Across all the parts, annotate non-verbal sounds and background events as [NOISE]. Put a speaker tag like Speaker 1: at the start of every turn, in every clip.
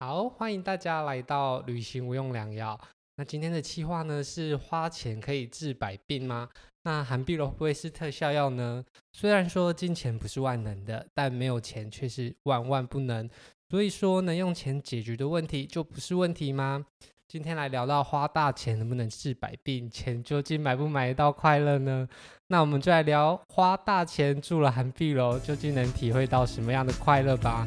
Speaker 1: 好，欢迎大家来到旅行无用良药。那今天的企划呢是花钱可以治百病吗？那韩碧柔会不会是特效药呢？虽然说金钱不是万能的，但没有钱却是万万不能。所以说，能用钱解决的问题就不是问题吗？今天来聊到花大钱能不能治百病，钱究竟买不买得到快乐呢？那我们就来聊花大钱住了韩碧楼，究竟能体会到什么样的快乐吧。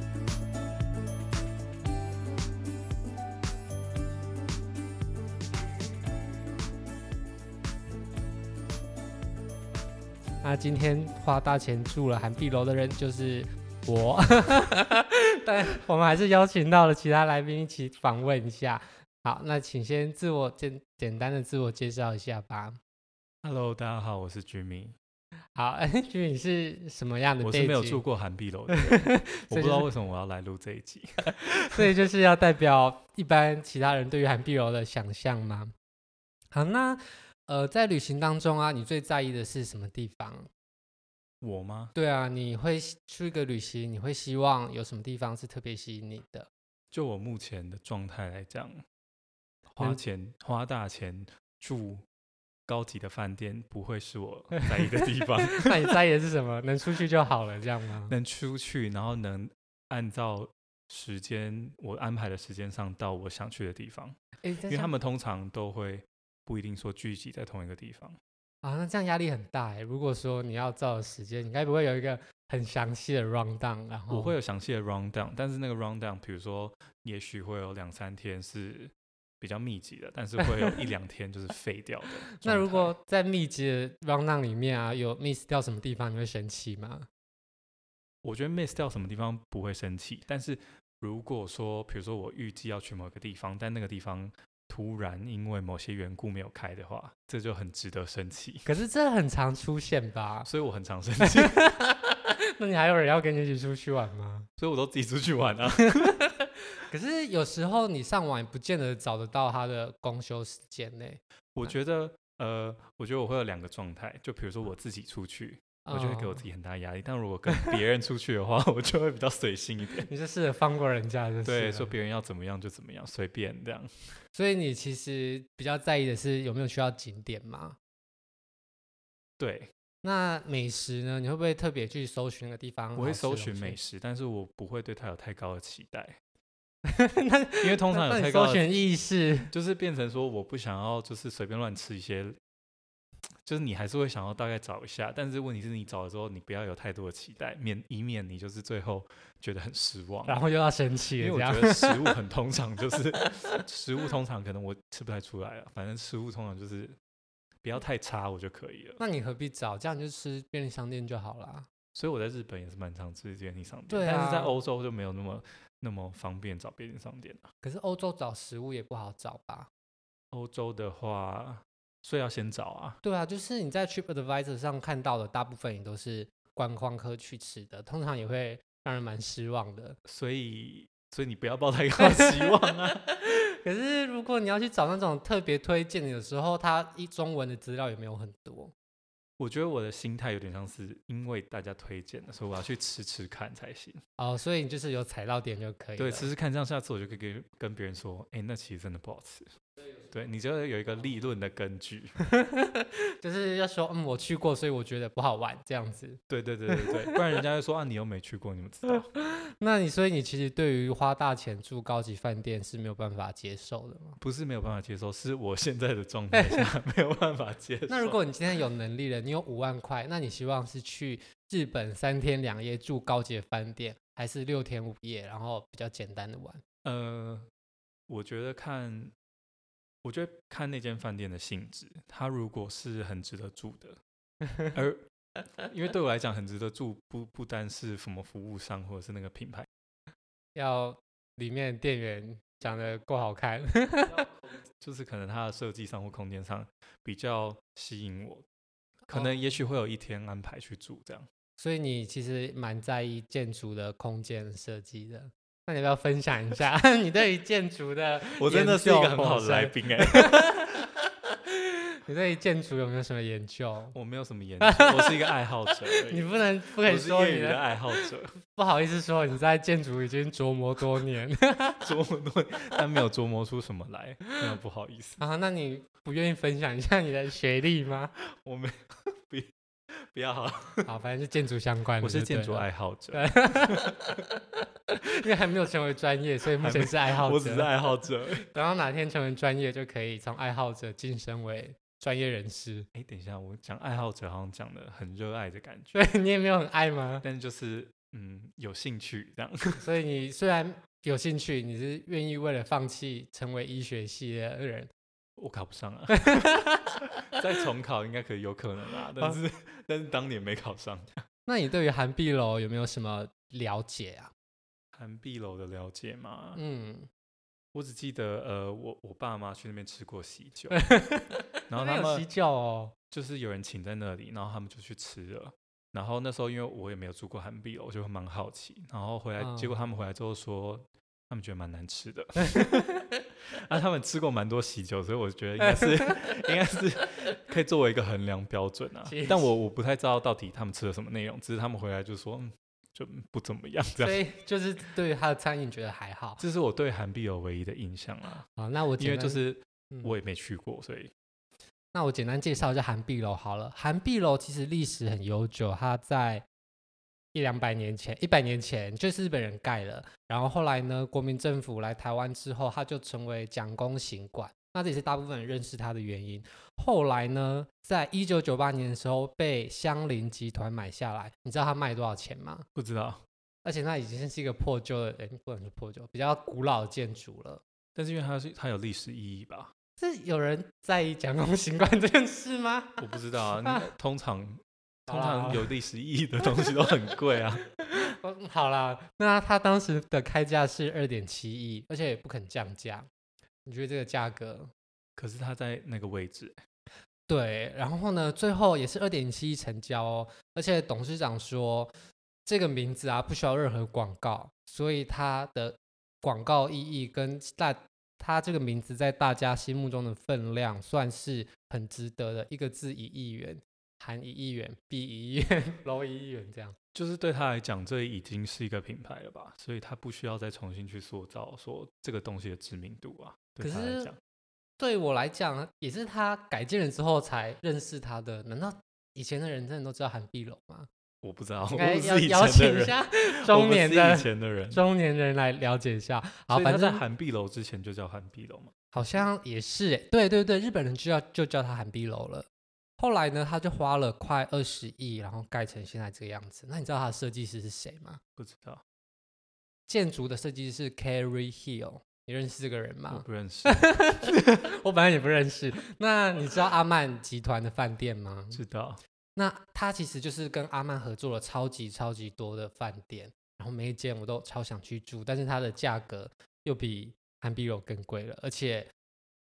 Speaker 1: 那今天花大钱住了韩碧楼的人就是我， [LAUGHS] 但我们还是邀请到了其他来宾一起访问一下。好，那请先自我简简单的自我介绍一下吧。
Speaker 2: Hello，大家好，我是 Jimmy，
Speaker 1: 好， [LAUGHS] 哎，君你是什么样的
Speaker 2: 我
Speaker 1: 背景？
Speaker 2: 是没有住过韩碧
Speaker 1: [LAUGHS]
Speaker 2: 楼的人，我
Speaker 1: 所以就
Speaker 2: 不知道
Speaker 1: 是
Speaker 2: 为什么我要来录这一集。 [LAUGHS]
Speaker 1: 所以就是要代表一般其他人对于韩碧柔的想象吗？好，那呃，在旅行当中啊，你最在意的是什么地方？
Speaker 2: 我吗？
Speaker 1: 对啊，你会希去一个旅行，你会希望有什么地方是特别吸引你的？
Speaker 2: 就我目前的状态来讲，花
Speaker 1: 能
Speaker 2: 钱花大钱住高级的饭店不会
Speaker 1: [LAUGHS]
Speaker 2: 是我在意的地方， [LAUGHS]
Speaker 1: 那你在意的是什么？能出去就好了，这样吗？
Speaker 2: 能出去，然后能按照时间我安排的时间上到我想去的地方，
Speaker 1: 诶
Speaker 2: 因为他们通常都会不一定说聚集在同一个地方。
Speaker 1: 啊，那这样压力很大哎。如果说你要照时间，你该不会有一个很详细的 round down？然后
Speaker 2: 我会有详细的 round down，但是那个 round down，比如说也许会有两三天是比较密集的，但是会有一两天就是废掉的状态。
Speaker 1: 那如果在密集的 round down 里面啊，有 miss 掉什么地方，你会生气吗？
Speaker 2: 我觉得 miss 掉什么地方不会生气，但是如果说比如说我预计要去某个地方，但那个地方突然因为某些缘故没有开的话，这就很值得生气。
Speaker 1: 可是这很常出现吧？ [LAUGHS]
Speaker 2: 所以我很常生气， [LAUGHS]
Speaker 1: 那你还有人要跟你一起出去玩吗？ [LAUGHS]
Speaker 2: 所以我都自己出去玩啊。
Speaker 1: 可是有时候你上网也不见得找得到它的公休时间呢、
Speaker 2: 我觉得，呃，我觉得我会有两个状态，就比如说我自己出去，我就会给我
Speaker 1: 嗯
Speaker 2: 自己很大压力。但如果跟别人出去的话， [LAUGHS] 我就会比较随性一点。
Speaker 1: 你就试着放过人家就是。啊
Speaker 2: 对，说，别人要怎么样就怎么样，随便这样。
Speaker 1: 所以你其实比较在意的是有没有需要景点嘛？
Speaker 2: 对，
Speaker 1: 那美食呢？你会不会特别去搜寻个地方？
Speaker 2: 我会搜寻美，食，但是我不会对它有太高的期待，
Speaker 1: 那
Speaker 2: 因为通常
Speaker 1: 那
Speaker 2: 有
Speaker 1: 你
Speaker 2: 太
Speaker 1: 搜
Speaker 2: 高的，
Speaker 1: 寻意识，
Speaker 2: 就是变成说我不想要就是随便乱吃一些，就是你还是会想要大概找一下，但是问题是你找了之后，你不要有太多的期待，免以免你就是最后觉得很失望。
Speaker 1: 然后又要生
Speaker 2: 因
Speaker 1: 气
Speaker 2: 为
Speaker 1: 了，
Speaker 2: 我
Speaker 1: 这
Speaker 2: 觉
Speaker 1: 样。
Speaker 2: 得食物很通常就是食物通常可能我吃不太出来啊，反正食物通常就是不要太差我就可以了。
Speaker 1: 那你何必找？这样你就吃便利商店就好啦。
Speaker 2: 所以我在日本也是蛮常吃便利商店，
Speaker 1: 对
Speaker 2: 但是在
Speaker 1: 啊
Speaker 2: 欧洲就没有那么那么方便找便利商店了。
Speaker 1: 可是欧洲找食物也不好找吧？
Speaker 2: 欧洲的话，所以要先找啊。
Speaker 1: 对啊，就是你在 TripAdvisor 上看到的，大部分也都是观光客去吃的，通常也会让人蛮失望的。
Speaker 2: 所以所以你不要抱太高的希望啊。
Speaker 1: [LAUGHS] 可是如果你要去找那种特别推荐的时候，它一中文的资料也没有很多。
Speaker 2: 我觉得我的心态有点像是因为大家推荐的，所以我要去吃吃看才行。
Speaker 1: 哦，所以你就是有踩到点就可以
Speaker 2: 对，
Speaker 1: 了
Speaker 2: 吃吃看，这样下次我就可以跟跟别人说，哎、那其实真的不好吃。对，你就会有一个立论的根
Speaker 1: [LAUGHS]
Speaker 2: 据。
Speaker 1: 就是要说，嗯，我去过，所以我觉得不好玩这样子。
Speaker 2: 对对对对对，不然人家就说啊，你又没去过，你们知道？
Speaker 1: [LAUGHS] 那你所以你其实对于花大钱住高级饭店是没有办法接受的吗？
Speaker 2: 不是没有办法接受，是我现在的状态下没有办法接受。
Speaker 1: [LAUGHS] 那如果你今天有能力了，你有五万块，那你希望是去日本三天两夜住高级的饭店，还是六天五夜，然后比较简单的玩？
Speaker 2: [LAUGHS] 呃，我觉得看，我觉得看那间饭店的性质，它如果是很值得住的，而 [LAUGHS] 因为对我来讲很值得住，不不单是什么服务商或者是那个品牌，
Speaker 1: 要里面店员长得够好看， [LAUGHS]
Speaker 2: 就是可能它的设计上或空间上比较吸引我，可
Speaker 1: 哦
Speaker 2: 能也许会有一天安排去住 [LAUGHS] 这样。
Speaker 1: 所以你其实蛮在意建筑的空间设计的。那你要不要分享一下 [LAUGHS] 你对于建筑的？
Speaker 2: 哦 [LAUGHS] 欸我真的是一个很好的来宾哎、
Speaker 1: [LAUGHS] 你对建筑有没有什么研究？
Speaker 2: 我没有什么研究， [LAUGHS] 我是一个爱好者而已。
Speaker 1: 你不能不可以
Speaker 2: 我是
Speaker 1: 说
Speaker 2: 业
Speaker 1: 你
Speaker 2: 余啊的
Speaker 1: 的，
Speaker 2: 爱好 [LAUGHS] 者，
Speaker 1: 不好意思说你在建筑已经琢磨多年 [LAUGHS]
Speaker 2: 琢磨多，但没有琢磨出什么来，那不好意思，
Speaker 1: 啊，那你不愿意分享一下你的学历
Speaker 2: [LAUGHS]
Speaker 1: 吗？
Speaker 2: 我没不不要好了，
Speaker 1: 好，反正是建筑相关的，
Speaker 2: 我是建筑，啊爱好者，
Speaker 1: 因为还没有成为专业，所以目
Speaker 2: 还
Speaker 1: 前
Speaker 2: 没
Speaker 1: 是爱好者。
Speaker 2: 我只是爱好者。
Speaker 1: [LAUGHS]
Speaker 2: [LAUGHS]
Speaker 1: 等到哪天成为专业，就可以从爱好者晋升为专业人士。 [LAUGHS]
Speaker 2: 哎，等一下，我讲爱好者好像讲的很热爱的感觉，
Speaker 1: 对你也没有很爱吗？
Speaker 2: 但是就是嗯有兴趣这样。
Speaker 1: 所以你虽然有兴趣，你是愿意为了放弃成为医学系的人，
Speaker 2: 我考不 [LAUGHS] 上啊，再重考应该可以，有可能啊，但是、但是当年没考上。
Speaker 1: 那你对于韩碧楼有没有什么了解啊？
Speaker 2: 韩碧楼的了解吗？
Speaker 1: 嗯，
Speaker 2: 我只记得呃，我我爸妈去那边吃过喜 [LAUGHS] 酒，然
Speaker 1: 嗯那
Speaker 2: 后
Speaker 1: 边
Speaker 2: 他
Speaker 1: 有
Speaker 2: 们
Speaker 1: 洗脚哦，
Speaker 2: 就是有人请在那里，然后他们就去吃了。然后那时候因为我也没有住过韩哦碧楼，我就蛮好奇。然后回来，
Speaker 1: 嗯
Speaker 2: 结果他们回来之后说，他们觉得蛮难吃的。 [LAUGHS] 啊，他们吃过蛮多喜酒，所以我觉得
Speaker 1: [LAUGHS]
Speaker 2: 应该是应该是可以作为一个衡量标准啊
Speaker 1: 其实。
Speaker 2: 但我我不太知道到底他们吃了什么内容，只是他们回来就说、嗯、就不怎么样这
Speaker 1: 所
Speaker 2: 样。
Speaker 1: 以就是对于他的餐饮觉得还好
Speaker 2: 这是我对韩碧楼唯一的印象啦，
Speaker 1: 啊。那我
Speaker 2: 因为
Speaker 1: 简单
Speaker 2: 就是
Speaker 1: 嗯
Speaker 2: 我也没去过，所以
Speaker 1: 那我简单介绍一下韩碧楼好了。韩碧楼其实历史很悠久，它在一两百年前，一百年前就是日本人盖了，然后后来呢，国民政府来台湾之后，它就成为蒋公行馆。那这也是大部分人认识它的原因。后来呢，在一九九八年的时候被香林集团买下来，你知道它卖多少钱吗？
Speaker 2: 不知道。
Speaker 1: 而且那已经是一个破旧的，诶不能说破旧，比较古老的建筑了。
Speaker 2: 但是因为它是它有历史意义吧，
Speaker 1: 是有人在意蒋公行馆这件事吗？
Speaker 2: 我不知道啊。
Speaker 1: [LAUGHS]
Speaker 2: 那通常
Speaker 1: 好
Speaker 2: 通
Speaker 1: 啦好
Speaker 2: 常
Speaker 1: 啦
Speaker 2: 有历史意义的东西都很贵啊。 [LAUGHS]
Speaker 1: 嗯，好啦，那他当时的开价是二点七亿，而且也不肯降价。你觉得这个价格？
Speaker 2: 可是它在那个位置，
Speaker 1: 对，然后呢，最后也是二点七亿成交哦。而且董事长说，这个名字啊不需要任何广告，所以它的广告意义跟大它这个名字在大家心目中的分量算是很值得的，一个字一亿元，含一亿元，币一亿元，楼一亿元这样。
Speaker 2: 就是对他来讲，这已经是一个品牌了吧，所以他不需要再重新去塑造说这个东西的知名度啊。对
Speaker 1: 可
Speaker 2: 他
Speaker 1: 是
Speaker 2: 来讲，
Speaker 1: 对我来讲，啊也是他改建了之后才认识他的。难道以前的人真的都知道韩碧楼吗？
Speaker 2: 我不知道，我
Speaker 1: 应该
Speaker 2: 不
Speaker 1: 要
Speaker 2: 是以
Speaker 1: 邀
Speaker 2: 前
Speaker 1: 请一
Speaker 2: 的人，
Speaker 1: 下
Speaker 2: 我
Speaker 1: 中
Speaker 2: 不是
Speaker 1: 年
Speaker 2: 以
Speaker 1: 的
Speaker 2: 前的人。
Speaker 1: 中年人来了解一下。好，
Speaker 2: 所以他
Speaker 1: 反
Speaker 2: 在
Speaker 1: 正
Speaker 2: 韩碧楼之前就叫韩碧楼嘛，
Speaker 1: 好像也是欸，对对对，日本人就叫就叫它韩碧楼了。后来呢，他就花了快二十亿，然后盖成现在这个样子。那你知道他的设计师是谁吗？
Speaker 2: 不知道，
Speaker 1: 建筑的设计师是 Carrie Hill，你认识这个人吗？
Speaker 2: 我不认识，
Speaker 1: [LAUGHS] 我本来也不认识。那你知道阿曼集团的饭店吗？
Speaker 2: 知
Speaker 1: [LAUGHS]
Speaker 2: 道。
Speaker 1: 那他其实就是跟阿曼合作了超级超级多的饭店，然后每一间我都超想去住，但是它的价格又比韩碧楼更贵了，而且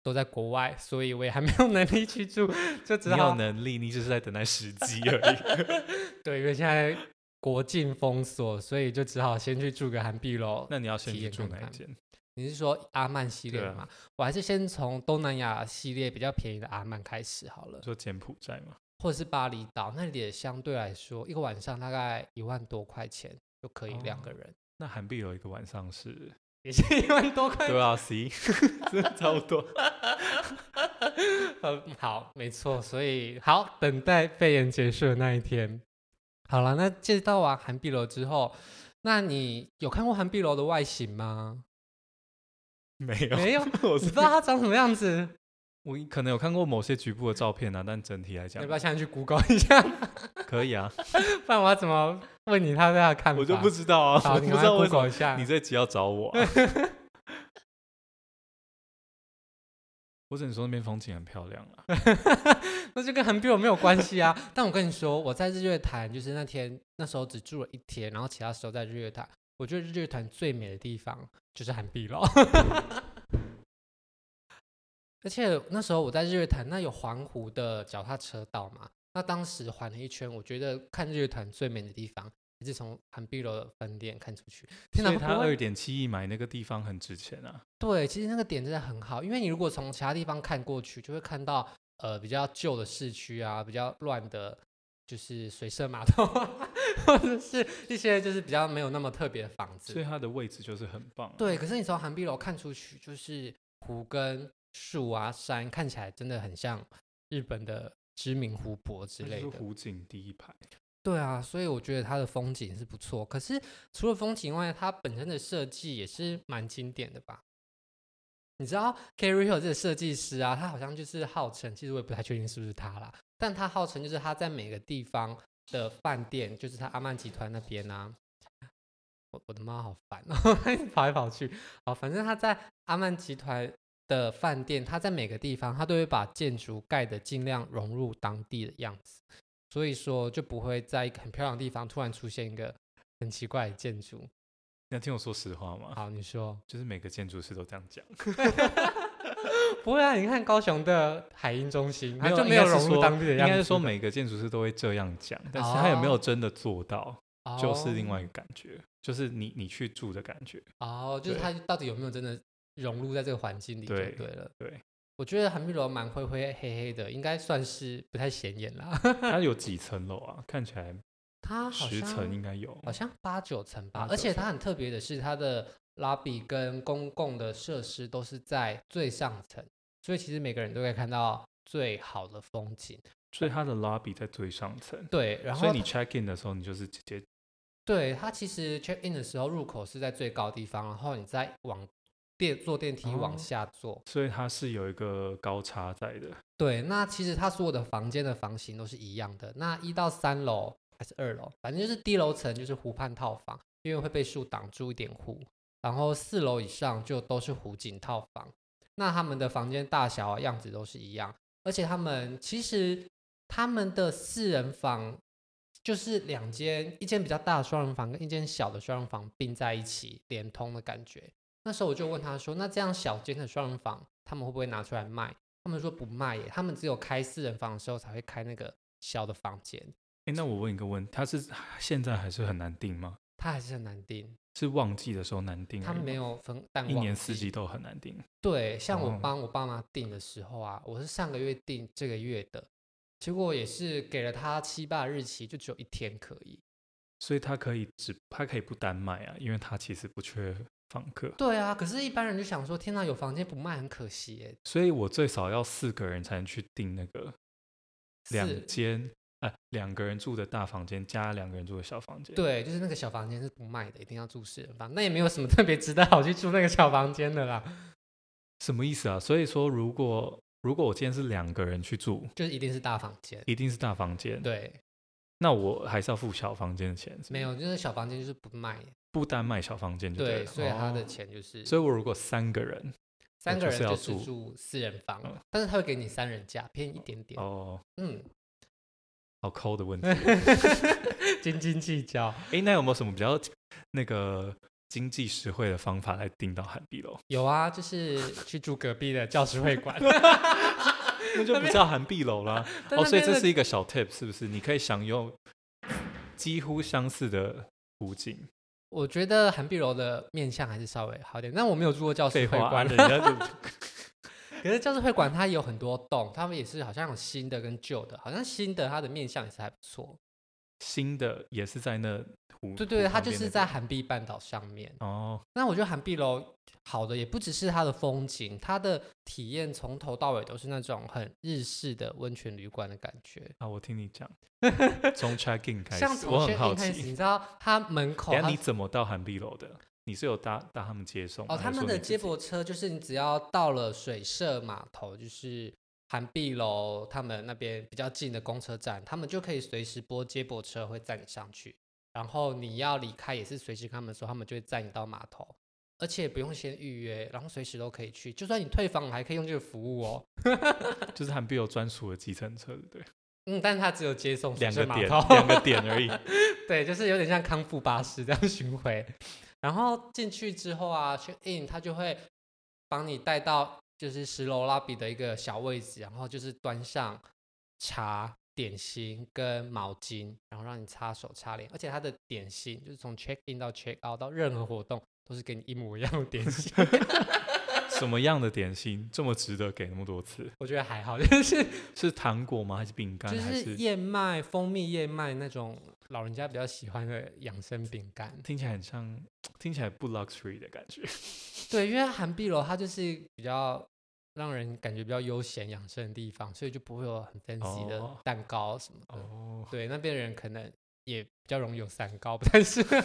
Speaker 1: 都在国外，所以我也还没有能力去住，就只
Speaker 2: 你有
Speaker 1: 好
Speaker 2: 能力，你只是在等待时机
Speaker 1: [LAUGHS]
Speaker 2: 而已。
Speaker 1: 对，因为现在国境封锁，所那你就只好先去住个韩碧楼。
Speaker 2: 那你要先
Speaker 1: 体
Speaker 2: 去
Speaker 1: 验
Speaker 2: 住
Speaker 1: 看
Speaker 2: 哪一
Speaker 1: 看
Speaker 2: 间？
Speaker 1: 你是说阿曼系列
Speaker 2: 对啊
Speaker 1: 吗？我还是先从东南亚系列比较便宜的阿曼开始好了
Speaker 2: 你，说柬埔寨吗？
Speaker 1: 或者是巴厘岛，那里也相对来说一个晚上大概一万多块钱就可以两
Speaker 2: 哦
Speaker 1: 个人。
Speaker 2: 那韩币有一个晚上是，
Speaker 1: 也是一万多块。
Speaker 2: [LAUGHS] 对啊，C，真的差不多。
Speaker 1: [LAUGHS] 嗯，好，没错，所以好，等待肺炎结束的那一天。好了，那介绍完韩碧楼之后，那你有看过韩碧楼的外形吗？
Speaker 2: 没有，
Speaker 1: 没
Speaker 2: [LAUGHS]
Speaker 1: 有，
Speaker 2: 我
Speaker 1: 你
Speaker 2: 是
Speaker 1: 不知道它长什么样子？
Speaker 2: 我可能有看过某些局部的照片啊，但整体来
Speaker 1: 你
Speaker 2: 讲
Speaker 1: 要不要现在去 Google 一下？ [LAUGHS]
Speaker 2: 可以啊，
Speaker 1: 不然我要怎么问你他对他的看法？
Speaker 2: [LAUGHS] 我就不知道啊，
Speaker 1: 好，
Speaker 2: 我
Speaker 1: 你
Speaker 2: 不
Speaker 1: 赶
Speaker 2: 知
Speaker 1: 快
Speaker 2: 道为什么
Speaker 1: Google 一下
Speaker 2: [LAUGHS] 你。这集要找我啊。我只能说那边风景很漂亮啊，
Speaker 1: 那就跟韩碧楼没有关系啊。 [LAUGHS] 但我跟你说，我在日月潭就是那天那时候只住了一天，然后其他时候在日月潭。我觉得日月潭最美的地方就是韩碧楼， [LAUGHS] 而且那时候我在日月潭，那有环湖的脚踏车道嘛。那当时环了一圈，我觉得看日月潭最美的地方还是从韩碧楼的饭店看出去。天哪，
Speaker 2: 所以他
Speaker 1: 会不
Speaker 2: 二
Speaker 1: 会
Speaker 2: 点七亿买那个地方很值钱啊。
Speaker 1: 对，其实那个点真的很好，因为你如果从其他地方看过去，就会看到呃比较旧的市区啊，比较乱的，就是水色码头啊，或者是一些就是比较没有那么特别的房子
Speaker 2: 所。以它的位置就是很棒、啊。
Speaker 1: 对，可是你从寒碧楼看出去，就是湖跟树啊、山，看起来真的很像日本的知名湖泊之
Speaker 2: 它
Speaker 1: 类
Speaker 2: 就是
Speaker 1: 的。
Speaker 2: 湖景第一排，
Speaker 1: 对啊，所以我觉得它的风景是不错。可是除了风景外，它本身的设计也是蛮经典的吧？你知道 Carrie Hill 这个设计师啊，他好像就是号称，其实我也不太确定是不是他啦，但他号称就是他在每个地方的饭店，就是他阿曼集团那边啊。我我的妈，好烦哦， [LAUGHS] 一直跑来跑去。好，反正他在阿曼集团的饭店，他在每个地方，他都会把建筑盖的尽量融入当地的样子。所以说就不会在一个很漂亮的地方突然出现一个很奇怪的建筑。
Speaker 2: 你要听我说实话吗？
Speaker 1: 好，你说
Speaker 2: 就是每个建筑师都这样讲，
Speaker 1: 不会啊？你看高雄的海鹰中心，它啊就
Speaker 2: 应
Speaker 1: 没有
Speaker 2: 该是
Speaker 1: 融入
Speaker 2: 说
Speaker 1: 当地的
Speaker 2: 应
Speaker 1: 样子的，
Speaker 2: 该是说每个建筑师都会这样讲，但是他有没有
Speaker 1: 哦
Speaker 2: 真的做到，就是另
Speaker 1: 哦
Speaker 2: 外一个感觉，就是你你去住的感觉。
Speaker 1: 哦，就是
Speaker 2: 对
Speaker 1: 它到底有没有真的融入在这个环境里就
Speaker 2: 对
Speaker 1: 对了。
Speaker 2: 对，
Speaker 1: 我觉得韩碧楼蛮灰灰黑黑的，应该算是不太显眼啦。
Speaker 2: 它有几层楼啊？看起来
Speaker 1: [LAUGHS] 它好
Speaker 2: 十层
Speaker 1: 像
Speaker 2: 应该有。
Speaker 1: 好像八九层吧
Speaker 2: 哦八，
Speaker 1: 而
Speaker 2: 九
Speaker 1: 且
Speaker 2: 层
Speaker 1: 它很特别的是，它的 lobby 跟公共的设施都是在最上层，所以其实每个人都可以看到最好的风景。
Speaker 2: 所以它的 lobby 在最上层。
Speaker 1: 对，然
Speaker 2: 所
Speaker 1: 后
Speaker 2: 以你
Speaker 1: 它
Speaker 2: check in 的时候，你就是直接
Speaker 1: 对它其实 check in 的时候入口是在最高地方，然后你再往电坐电梯
Speaker 2: 哦
Speaker 1: 往下坐。
Speaker 2: 所以它是有一个高差在的，
Speaker 1: 对，那其实它所有的房间的房型都是一样的。那一到三楼还是二楼，反正就是低楼层就是湖畔套房，因为会被树挡住一点湖。然后四楼以上就都是湖景套房。那他们的房间大小啊样子都是一样，而且他们其实他们的四人房就是两间，一间比较大的双人房跟一间小的双人房并在一起连通的感觉。那时候我就问他说：“那这样小间的双人房，他们会不会拿出来卖？”他们说不卖耶，他们只有开四人房的时候才会开那个小的房间，
Speaker 2: 哎，那我问一个问题，它是现在还是很难订吗？
Speaker 1: 它还是很难订，
Speaker 2: 是旺季的时候难订而已吗？
Speaker 1: 他们没有分淡
Speaker 2: 一
Speaker 1: 旺
Speaker 2: 年四
Speaker 1: 季
Speaker 2: 季。都很难订。
Speaker 1: 对，像我
Speaker 2: 哦
Speaker 1: 帮我爸妈订的时候啊，我是上个月订这个月的，结果也是给了他七八日期，就只有一天可以。
Speaker 2: 所以它可以只它可以不单卖啊，因为它其实不缺访客。
Speaker 1: 对啊，可是一般人就想说，天哪，有房间不卖很可惜耶。
Speaker 2: 所以我最少要四个人才能去订那个两
Speaker 1: 是
Speaker 2: 间，呃，两个人住的大房间加两个人住的小房间。，
Speaker 1: 对，就是那个小房间是不卖的，一定要住四人房，那也没有什么特别值得好去住那个小房间的啦，
Speaker 2: 什么意思啊？所以说，如果如果我今天是两个人去住，
Speaker 1: 就是一定是大房
Speaker 2: [LAUGHS]
Speaker 1: 间。
Speaker 2: 一定是大房间。，
Speaker 1: 对，
Speaker 2: 那我还是要付小房间的钱。是不是
Speaker 1: 没，有，就是小房间就是不卖，
Speaker 2: 不单卖小房间就
Speaker 1: 对，
Speaker 2: 了。
Speaker 1: 所以他的
Speaker 2: 哦
Speaker 1: 钱就是
Speaker 2: 所以我如果三个人，
Speaker 1: 三
Speaker 2: 我
Speaker 1: 个
Speaker 2: 就
Speaker 1: 人
Speaker 2: 是要
Speaker 1: 就是
Speaker 2: 住
Speaker 1: 住四人房，
Speaker 2: 嗯
Speaker 1: 但是他会给你三人价，便宜一点点。
Speaker 2: 哦， [LAUGHS]
Speaker 1: 嗯，
Speaker 2: 好抠的
Speaker 1: [LAUGHS]
Speaker 2: 问题。
Speaker 1: 斤斤计较。
Speaker 2: 哎，那有没有什么比较那个经济实惠的方法来订到韩碧楼？
Speaker 1: 有啊，
Speaker 2: [LAUGHS]
Speaker 1: 就是去住隔壁的教师会 [LAUGHS] 馆。
Speaker 2: 那就不叫韩碧楼啦。
Speaker 1: 但
Speaker 2: 哦，
Speaker 1: 那
Speaker 2: 所以
Speaker 1: 边
Speaker 2: 这
Speaker 1: 的
Speaker 2: 是一个小 tip，是不是？你可以享用几乎相似的湖景。
Speaker 1: 我觉得韩碧楼的面相还是稍微好一点，但我没有住过教师
Speaker 2: 废
Speaker 1: 会
Speaker 2: 话 [LAUGHS] 啊，
Speaker 1: 馆
Speaker 2: 人。家就
Speaker 1: 可是教师会馆它也有很多栋，他们也是好像有新的跟旧的，好像新的它的面相也是还不错。
Speaker 2: 新的也是在那湖。
Speaker 1: 对对，
Speaker 2: 湖
Speaker 1: 它
Speaker 2: 旁
Speaker 1: 就
Speaker 2: 边
Speaker 1: 是
Speaker 2: 那
Speaker 1: 在
Speaker 2: 边
Speaker 1: 韩碧半岛上面。
Speaker 2: 哦，
Speaker 1: 那我觉得韩碧楼好的也不只是它的风景，它的体验从头到尾都是那种很日式的温泉旅馆的感觉。
Speaker 2: 啊，我听你
Speaker 1: [LAUGHS]
Speaker 2: 讲，从 check in 开
Speaker 1: 像
Speaker 2: 始，
Speaker 1: 从
Speaker 2: 我很
Speaker 1: check-in
Speaker 2: 好
Speaker 1: 开始，
Speaker 2: 奇，
Speaker 1: 你知道它门口
Speaker 2: [LAUGHS] 等下
Speaker 1: 它
Speaker 2: 你怎么到韩碧楼的？你是有搭搭他们接送吗？
Speaker 1: 哦，
Speaker 2: 还
Speaker 1: 他
Speaker 2: 是
Speaker 1: 们
Speaker 2: 说
Speaker 1: 的
Speaker 2: 你自
Speaker 1: 接
Speaker 2: 己
Speaker 1: 驳车就是你只要到了水社码头，就是韩碧楼他们那边比较近的公车站，他们就可以随时拨接驳车会载你上去。然后你要离开也是随时跟他们说，他们就会载你到码头，而且不用先预约，然后随时都可以去。就算你退房，还可以用这个服务哦。
Speaker 2: 就是韩碧楼专属的计程车，对不对，
Speaker 1: 嗯，但是它只有接送水
Speaker 2: 两
Speaker 1: 社
Speaker 2: 个
Speaker 1: 码
Speaker 2: 点，
Speaker 1: 头，
Speaker 2: 两个点而已。
Speaker 1: 对，就是有点像康复巴士这样巡回。然后进去之后啊，check in，他就会帮你带到就是十楼拉比的一个小位置，然后就是端上茶、点心跟毛巾，然后让你擦手擦脸。而且他的点心就是从 check in 到 check out 到任何活动都是给你一模一样的点心。
Speaker 2: 什么样的点心这么值得给那么多次？
Speaker 1: 我觉得还好，就是
Speaker 2: 是糖果吗？还是饼干？
Speaker 1: 就
Speaker 2: 还
Speaker 1: 是燕麦、蜂蜜燕麦那种老人家比较喜欢的养生饼干。
Speaker 2: 听起来很像，听起来不 luxury 的感觉。
Speaker 1: 对，因为韩碧楼它就是比较让人感觉比较悠闲养生的地方，所以就不会有很 fancy 的
Speaker 2: 哦
Speaker 1: 蛋糕什么的。
Speaker 2: 哦，
Speaker 1: 对，那边人可能也比较容易有三高，不太 [LAUGHS] 适合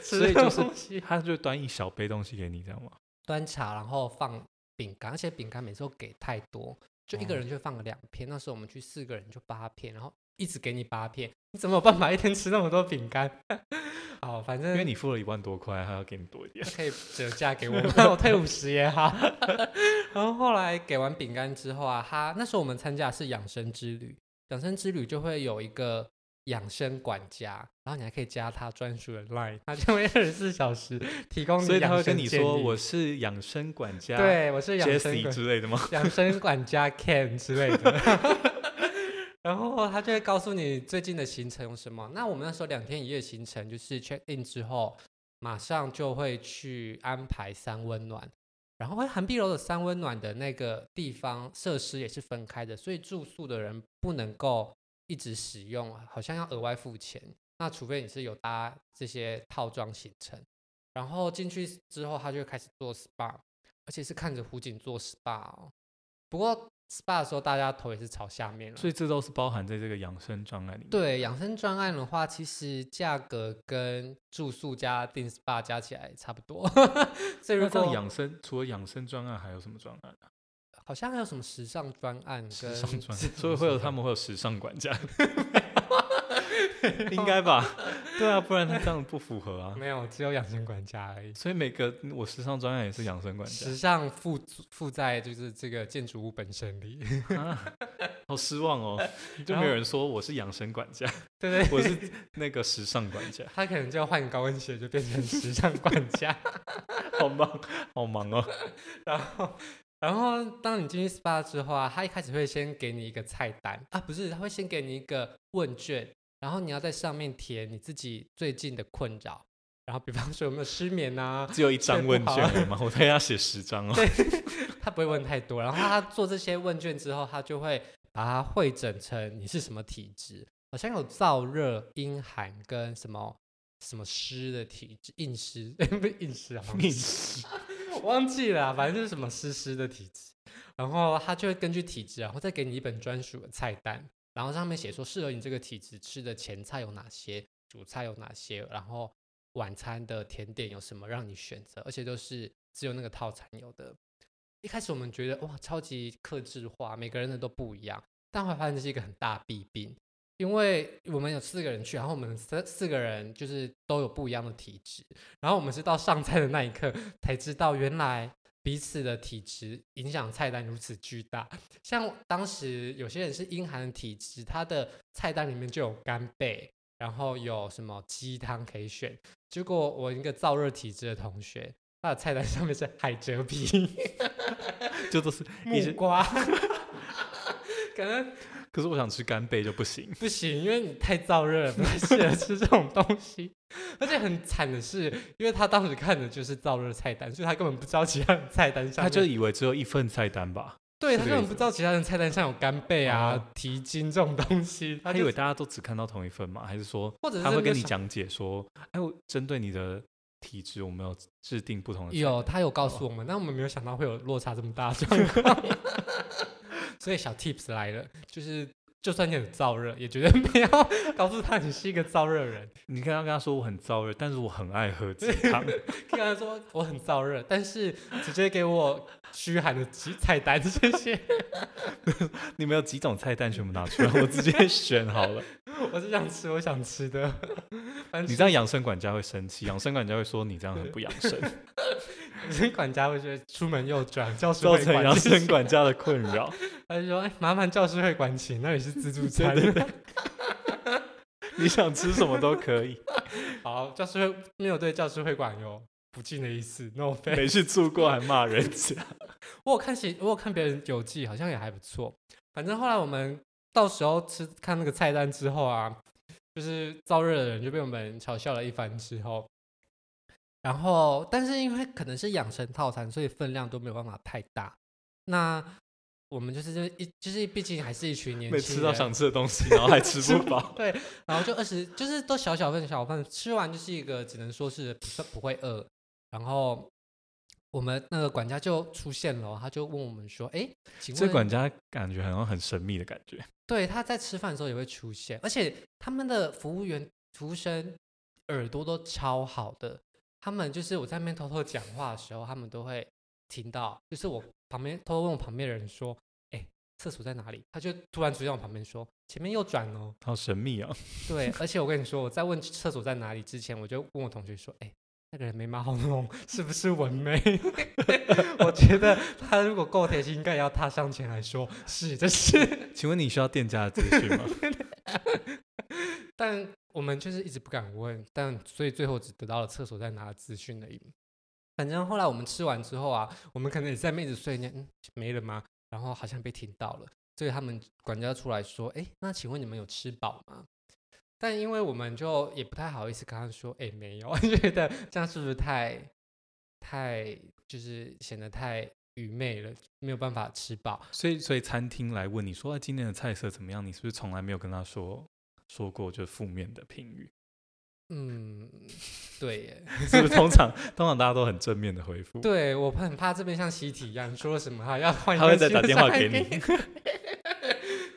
Speaker 1: 吃
Speaker 2: 所以
Speaker 1: 这
Speaker 2: 就 [LAUGHS]
Speaker 1: 种东
Speaker 2: 是
Speaker 1: 西
Speaker 2: 他就端一小杯东西给你，这样吗？
Speaker 1: 端茶，然后放饼干，而且饼干每次都给太多，就一个
Speaker 2: 哦
Speaker 1: 人就放个两片。那时候我们去四个人就八片，然后一直给你八片，你怎么有办法一天吃那么多饼干？ [LAUGHS] 好，反正
Speaker 2: 因为你付了一万多块，他要给你多一点。
Speaker 1: 可以折价给
Speaker 2: [LAUGHS]
Speaker 1: 我吗？我退五十也好。 [LAUGHS] 然后后来给完饼干之后啊，他那时候我们参加的是养生之旅，养生之旅就会有一个养生管家，然后你还可以加他专属的 line，他就会二十四小时提供
Speaker 2: 所以他
Speaker 1: 养
Speaker 2: 会
Speaker 1: 生
Speaker 2: 跟你
Speaker 1: 建
Speaker 2: 说
Speaker 1: 议
Speaker 2: 我是养生管家，
Speaker 1: 对我是养生
Speaker 2: ，Jesse
Speaker 1: 管
Speaker 2: 之类的吗？
Speaker 1: [LAUGHS] 养生管家 Ken 之类的。然后他就会告诉你最近的行程有什么。那我们那时候两天一夜行程，就是 check in 之后，马上就会去安排三温暖。然后韩碧楼的三温暖的那个地方设施也是分开的，所以住宿的人不能够一直使用，好像要额外付钱。那除非你是有搭这些套装行程，然后进去之后，他就开始做 SPA，而且是看着湖景做 SPA 哦。不过 SPA 的时候，大家头也是朝下面了。
Speaker 2: 所以这都是包含在这个养生障碍里面。
Speaker 1: 对养生专案的话，其实价格跟住宿加订 SPA 加起来差不多，所以如
Speaker 2: 那这样
Speaker 1: 果
Speaker 2: 养生除了养生专案，还有什么专案啊？
Speaker 1: 好像还有什么时尚专案跟
Speaker 2: 时尚
Speaker 1: [LAUGHS]
Speaker 2: 专案，
Speaker 1: 什么
Speaker 2: 所以会有
Speaker 1: 时
Speaker 2: 他
Speaker 1: 尚
Speaker 2: 们会有时尚管
Speaker 1: [LAUGHS]
Speaker 2: 家，应该吧？对啊，不然他这样不符合啊。
Speaker 1: 没有，只有养生管家而已。
Speaker 2: 所以每个我时尚专案也是养生管家
Speaker 1: 时，尚附附在就是这个建筑物本身里， [LAUGHS]
Speaker 2: 啊 [LAUGHS] 好失望哦，就没有人说我是养生管家，
Speaker 1: 对对
Speaker 2: 我是那个时尚管家，
Speaker 1: 他可能就要换高跟鞋，就变成时尚管家。
Speaker 2: 好忙，好忙哦。
Speaker 1: 然后，然后当你进去 SPA 之后啊，他一开始会先给你一个菜单啊，不是，他会先给你一个问卷，然后你要在上面填你自己最近的困扰，然后比方说有没有失眠啊，
Speaker 2: 只有一张问卷而已吗？我大概要写十张哦。
Speaker 1: 他不会问太多，然后他做这些问卷之后，他就会把它汇整成你是什么体质，好像有燥热、阴寒跟什么。什么湿的体质，硬湿， [LAUGHS] 不是硬湿啊，
Speaker 2: [LAUGHS]
Speaker 1: 好像
Speaker 2: 你
Speaker 1: 我忘记了啊、反正就是什么湿湿的体质，然后他就会根据体质，然后再给你一本专属的菜单，然后上面写说适合你这个体质吃的前菜有哪些，主菜有哪些，然后晚餐的甜点有什么让你选择，而且都是只有那个套餐有的。 [LAUGHS] 一开始我们觉得哇，超级克制化，每个人的都不一样，但后来发现这是一个很大弊病，因为我们有四个人去，然后我们四四个人就是都有不一样的体质，然后我们是到上菜的那一刻才知道，原来彼此的体质影响菜单如此巨大。像当时有些人是阴寒的体质，他的菜单里面就有干贝，然后有什么鸡汤可以选。结果我一个燥热体质的同学，他的菜单上面是海蜇皮、
Speaker 2: 就都是一
Speaker 1: 木
Speaker 2: 些，
Speaker 1: 瓜， [LAUGHS] 可能
Speaker 2: 可是我想吃干贝就不行。
Speaker 1: 不行，因为你太燥热了，不太适合吃这种东西。 [LAUGHS] 而且很惨的是，因为他当时看的就是燥热菜单，所以他根本不知道其他的菜单上
Speaker 2: 他
Speaker 1: 面
Speaker 2: 就以为只有一份菜单吧，
Speaker 1: 对
Speaker 2: 是
Speaker 1: 他
Speaker 2: 这
Speaker 1: 根
Speaker 2: 个
Speaker 1: 本
Speaker 2: 意
Speaker 1: 不
Speaker 2: 思
Speaker 1: 知道其他人菜单上有干贝啊、
Speaker 2: 哦
Speaker 1: 蹄筋这种东西，
Speaker 2: 他
Speaker 1: 就
Speaker 2: 以为大家都只看到同一份吗？还是说
Speaker 1: 或者是
Speaker 2: 他会
Speaker 1: 没有
Speaker 2: 跟你
Speaker 1: 想
Speaker 2: 讲解说，哎，我针对你的体质，我们有制定不同的菜
Speaker 1: 有他有告
Speaker 2: 哦
Speaker 1: 诉我们，但我们没有想到会有落差这么大的状况， [LAUGHS] 所以小 tips 来了，就是就算你很燥热，也绝对不要 [LAUGHS] 告诉他你是一个燥热人，
Speaker 2: 你刚刚跟他说我很燥热，但是我很爱喝鸡汤， [LAUGHS]
Speaker 1: 跟他说我很燥热，但是直接给我虚寒的鸡菜单，谢谢，
Speaker 2: 你们有几种菜单全部拿出来，我直接选好了。
Speaker 1: 我是想吃我想吃的， [LAUGHS]
Speaker 2: [LAUGHS]
Speaker 1: 反
Speaker 2: 你
Speaker 1: 正
Speaker 2: 这样养生管家会生气，养生管家会说你这样很不养 [LAUGHS] 生，
Speaker 1: 管家会觉得出门右转，教室
Speaker 2: 造
Speaker 1: 会
Speaker 2: 成
Speaker 1: 管
Speaker 2: 养
Speaker 1: 谢
Speaker 2: 生
Speaker 1: 谢
Speaker 2: 管家的困扰。
Speaker 1: [LAUGHS] 他就说：“哎，麻烦教师会管请，那里是自助餐。 [LAUGHS]
Speaker 2: 对 [LAUGHS] 你想吃什么都可 [LAUGHS] 以，
Speaker 1: 好，教师会没有对教师会馆有不敬的意思，no f a n
Speaker 2: 每次住过还骂人家。
Speaker 1: 我有看写，我有看别人游记，好像也还不错。反正后来我们到时候吃看那个菜单之后啊，就是燥热的人就被我们嘲笑了一番之后，然后，但是因为可能是养成套餐，所以分量都没有办法太大。那我们就是就一就是，毕竟还是一群年
Speaker 2: 没
Speaker 1: 轻
Speaker 2: 吃到
Speaker 1: 人，
Speaker 2: 想吃的东西，然后还吃不饱。
Speaker 1: 对，然后就二十，就是都小小份小份，吃完就是一个只能说是不是不会饿。然后我们那个管家就出现了哦，他就问我们说：“哎，请
Speaker 2: [LAUGHS] 这
Speaker 1: 问
Speaker 2: 管家感觉好像很神秘的感觉，
Speaker 1: 对，他在吃饭的时候也会出现，而且他们的服务员、服务生耳朵都超好的，他们就是我在那边偷偷讲话的时候，他们都会听到，就是我旁边偷偷问我旁边的人说：“哎，厕所在哪里？”他就突然出现在我旁边说：“前面右转哦。
Speaker 2: 好神秘哦。”
Speaker 1: 对，而且我跟你说，我在问厕所在哪里之前，我就问我同学说：“哎。”那个人眉毛好浓，是不是纹眉？ [LAUGHS] 我觉得他如果够贴心，应该也要踏上前来说：“是，这是。”
Speaker 2: [LAUGHS] 请问你需要店家的资讯吗？
Speaker 1: 但我们就是一直不敢问，但所以最后只得到了厕所在哪的资讯而已。反正后来我们吃完之后啊，我们可能也在那边一直碎念，嗯，没了吗？然后好像被听到了，所以他们管家出来说，哎，那请问你们有吃饱吗？但因为我们就也不太好意思跟他说，哎，没有， [LAUGHS] 觉得这样是不是太太就是显得太愚昧了，没有办法吃饱。
Speaker 2: [LAUGHS] 所以，所以餐厅来问你说、啊、今天的菜色怎么样，你是不是从来没有跟他说说过就负面的评 [LAUGHS] 语？
Speaker 1: 嗯，对耶。
Speaker 2: 是不是通常通常大家都很正面的回复？
Speaker 1: 对我很怕这边像习题一样，说了什么哈要换一
Speaker 2: 他会
Speaker 1: 份
Speaker 2: 再
Speaker 1: 新
Speaker 2: 打
Speaker 1: 的
Speaker 2: 电话
Speaker 1: 菜
Speaker 2: 给
Speaker 1: 品 [LAUGHS]
Speaker 2: 你，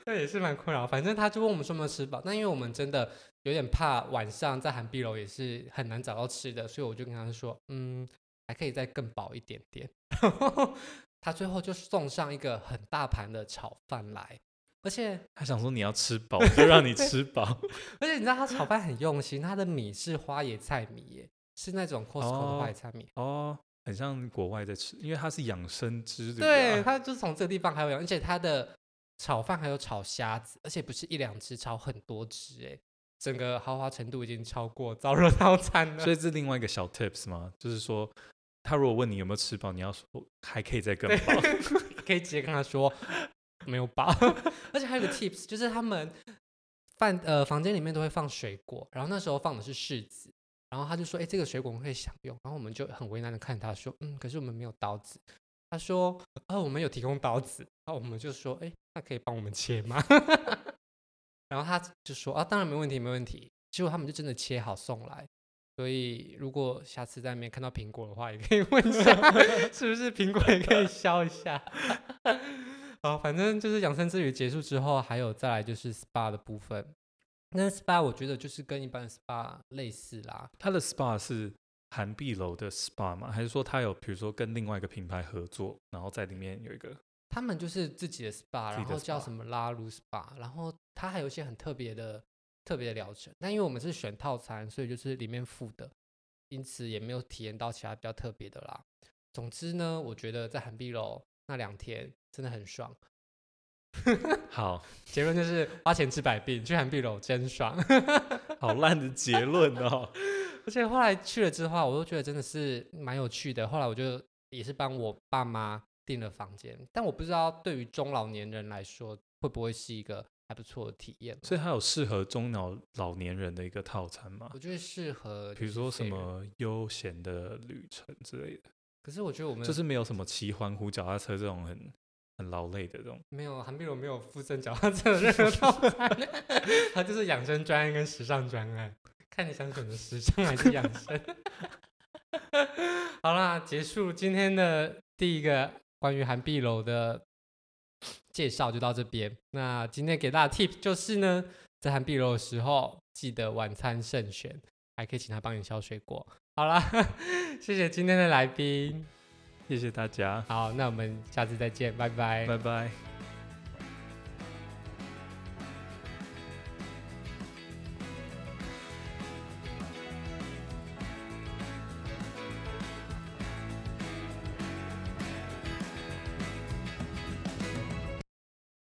Speaker 1: 这也是蛮困扰。反正他就问我们说有没有吃饱，那因为我们真的有点怕晚上在韩碧楼也是很难找到吃的，所以我就跟他说，嗯，还可以再更饱一点点。 [LAUGHS] 然后他最后就送上一个很大盘的炒饭来，而且
Speaker 2: 他想说你要吃饱，我就让你吃饱。
Speaker 1: 而且你知道他炒饭很用心，他的米是花椰菜米耶，是那种 Costco 的花
Speaker 2: 哦
Speaker 1: 椰菜米。
Speaker 2: 哦，很像国外在吃，因为它是养生之旅、
Speaker 1: 对，
Speaker 2: 啊。
Speaker 1: 他就是从这个地方还有养，而且他的炒饭还有炒虾子，而且不是一两只，炒很多只，哎，整个豪华程度已经超过 [LAUGHS] 早热套餐了。
Speaker 2: 所以这是另外一个小 tips 嘛，就是说他如果问你有没有吃饱，你要说还可以再更饱。 [LAUGHS]
Speaker 1: 可以直接跟他说没有吧。 [LAUGHS] 而且还有个 tips，就是他们饭呃房间里面都会放水果，然后那时候放的是柿子，然后他就说：“哎、这个水果我们可以享用。”然后我们就很为难的看他说：“嗯，可是我们没有刀子。”他说：“啊、我们有提供刀子。”然后我们就说：“哎、那可以帮我们切吗？” [LAUGHS] 然后他就说：“啊，当然没问题，没问题。”结果他们就真的切好送来。所以，如果下次在那边看到苹果的话，也可以问一下， [LAUGHS] 是不是苹果也可以削一下？ [LAUGHS] 好，反正就是养生之旅结束之后，还有再来就是 SPA 的部分。那 SPA 我觉得就是跟一般的 SPA 类似啦，
Speaker 2: 他的 SPA 是韩碧楼的 SPA 吗？还是说他有比如说跟另外一个品牌合作，然后在里面有一个
Speaker 1: 他们就是自己的 SPA，
Speaker 2: 自
Speaker 1: 然
Speaker 2: 己的
Speaker 1: 后叫
Speaker 2: SPA
Speaker 1: 什么拉鲁 SPA，然后它还有一些很特别的特别的疗程。但因为我们是选套餐，所以就是里面附的，因此也没有体验到其他比较特别的啦。总之呢，我觉得在韩碧楼那两天真的很爽。
Speaker 2: 好
Speaker 1: 结论就是花钱治百病，去韩碧楼真爽。
Speaker 2: 好烂的结论哦。 [LAUGHS]
Speaker 1: 而且后来去了之后啊，我都觉得真的是蛮有趣的。后来我就也是帮我爸妈订了房间，但我不知道对于中老年人来说会不会是一个还不错的体验。啊
Speaker 2: 所以它有适合中老老年人的一个套餐吗
Speaker 1: 我？觉得适合，
Speaker 2: 比如说什？么悠闲的旅程之类的，
Speaker 1: 可是我觉得我们
Speaker 2: 就是没有什么骑环湖脚踏车这种很很劳累的这种。
Speaker 1: 没有韩碧荣没有附赠脚踏车的任何套餐，他就是养生专案跟时尚专案，看你想选择时尚还是养生。 [LAUGHS] 好啦，结束今天的第一个关于韩碧楼的介绍就到这边。那今天给大家 tip 就是呢，在韩碧楼的时候记得晚餐慎选，还可以请他帮你削水果。好啦， [LAUGHS] 谢谢今天的来宾。
Speaker 2: 谢谢大家，
Speaker 1: 好，那我们下次再见，拜拜。
Speaker 2: 拜拜。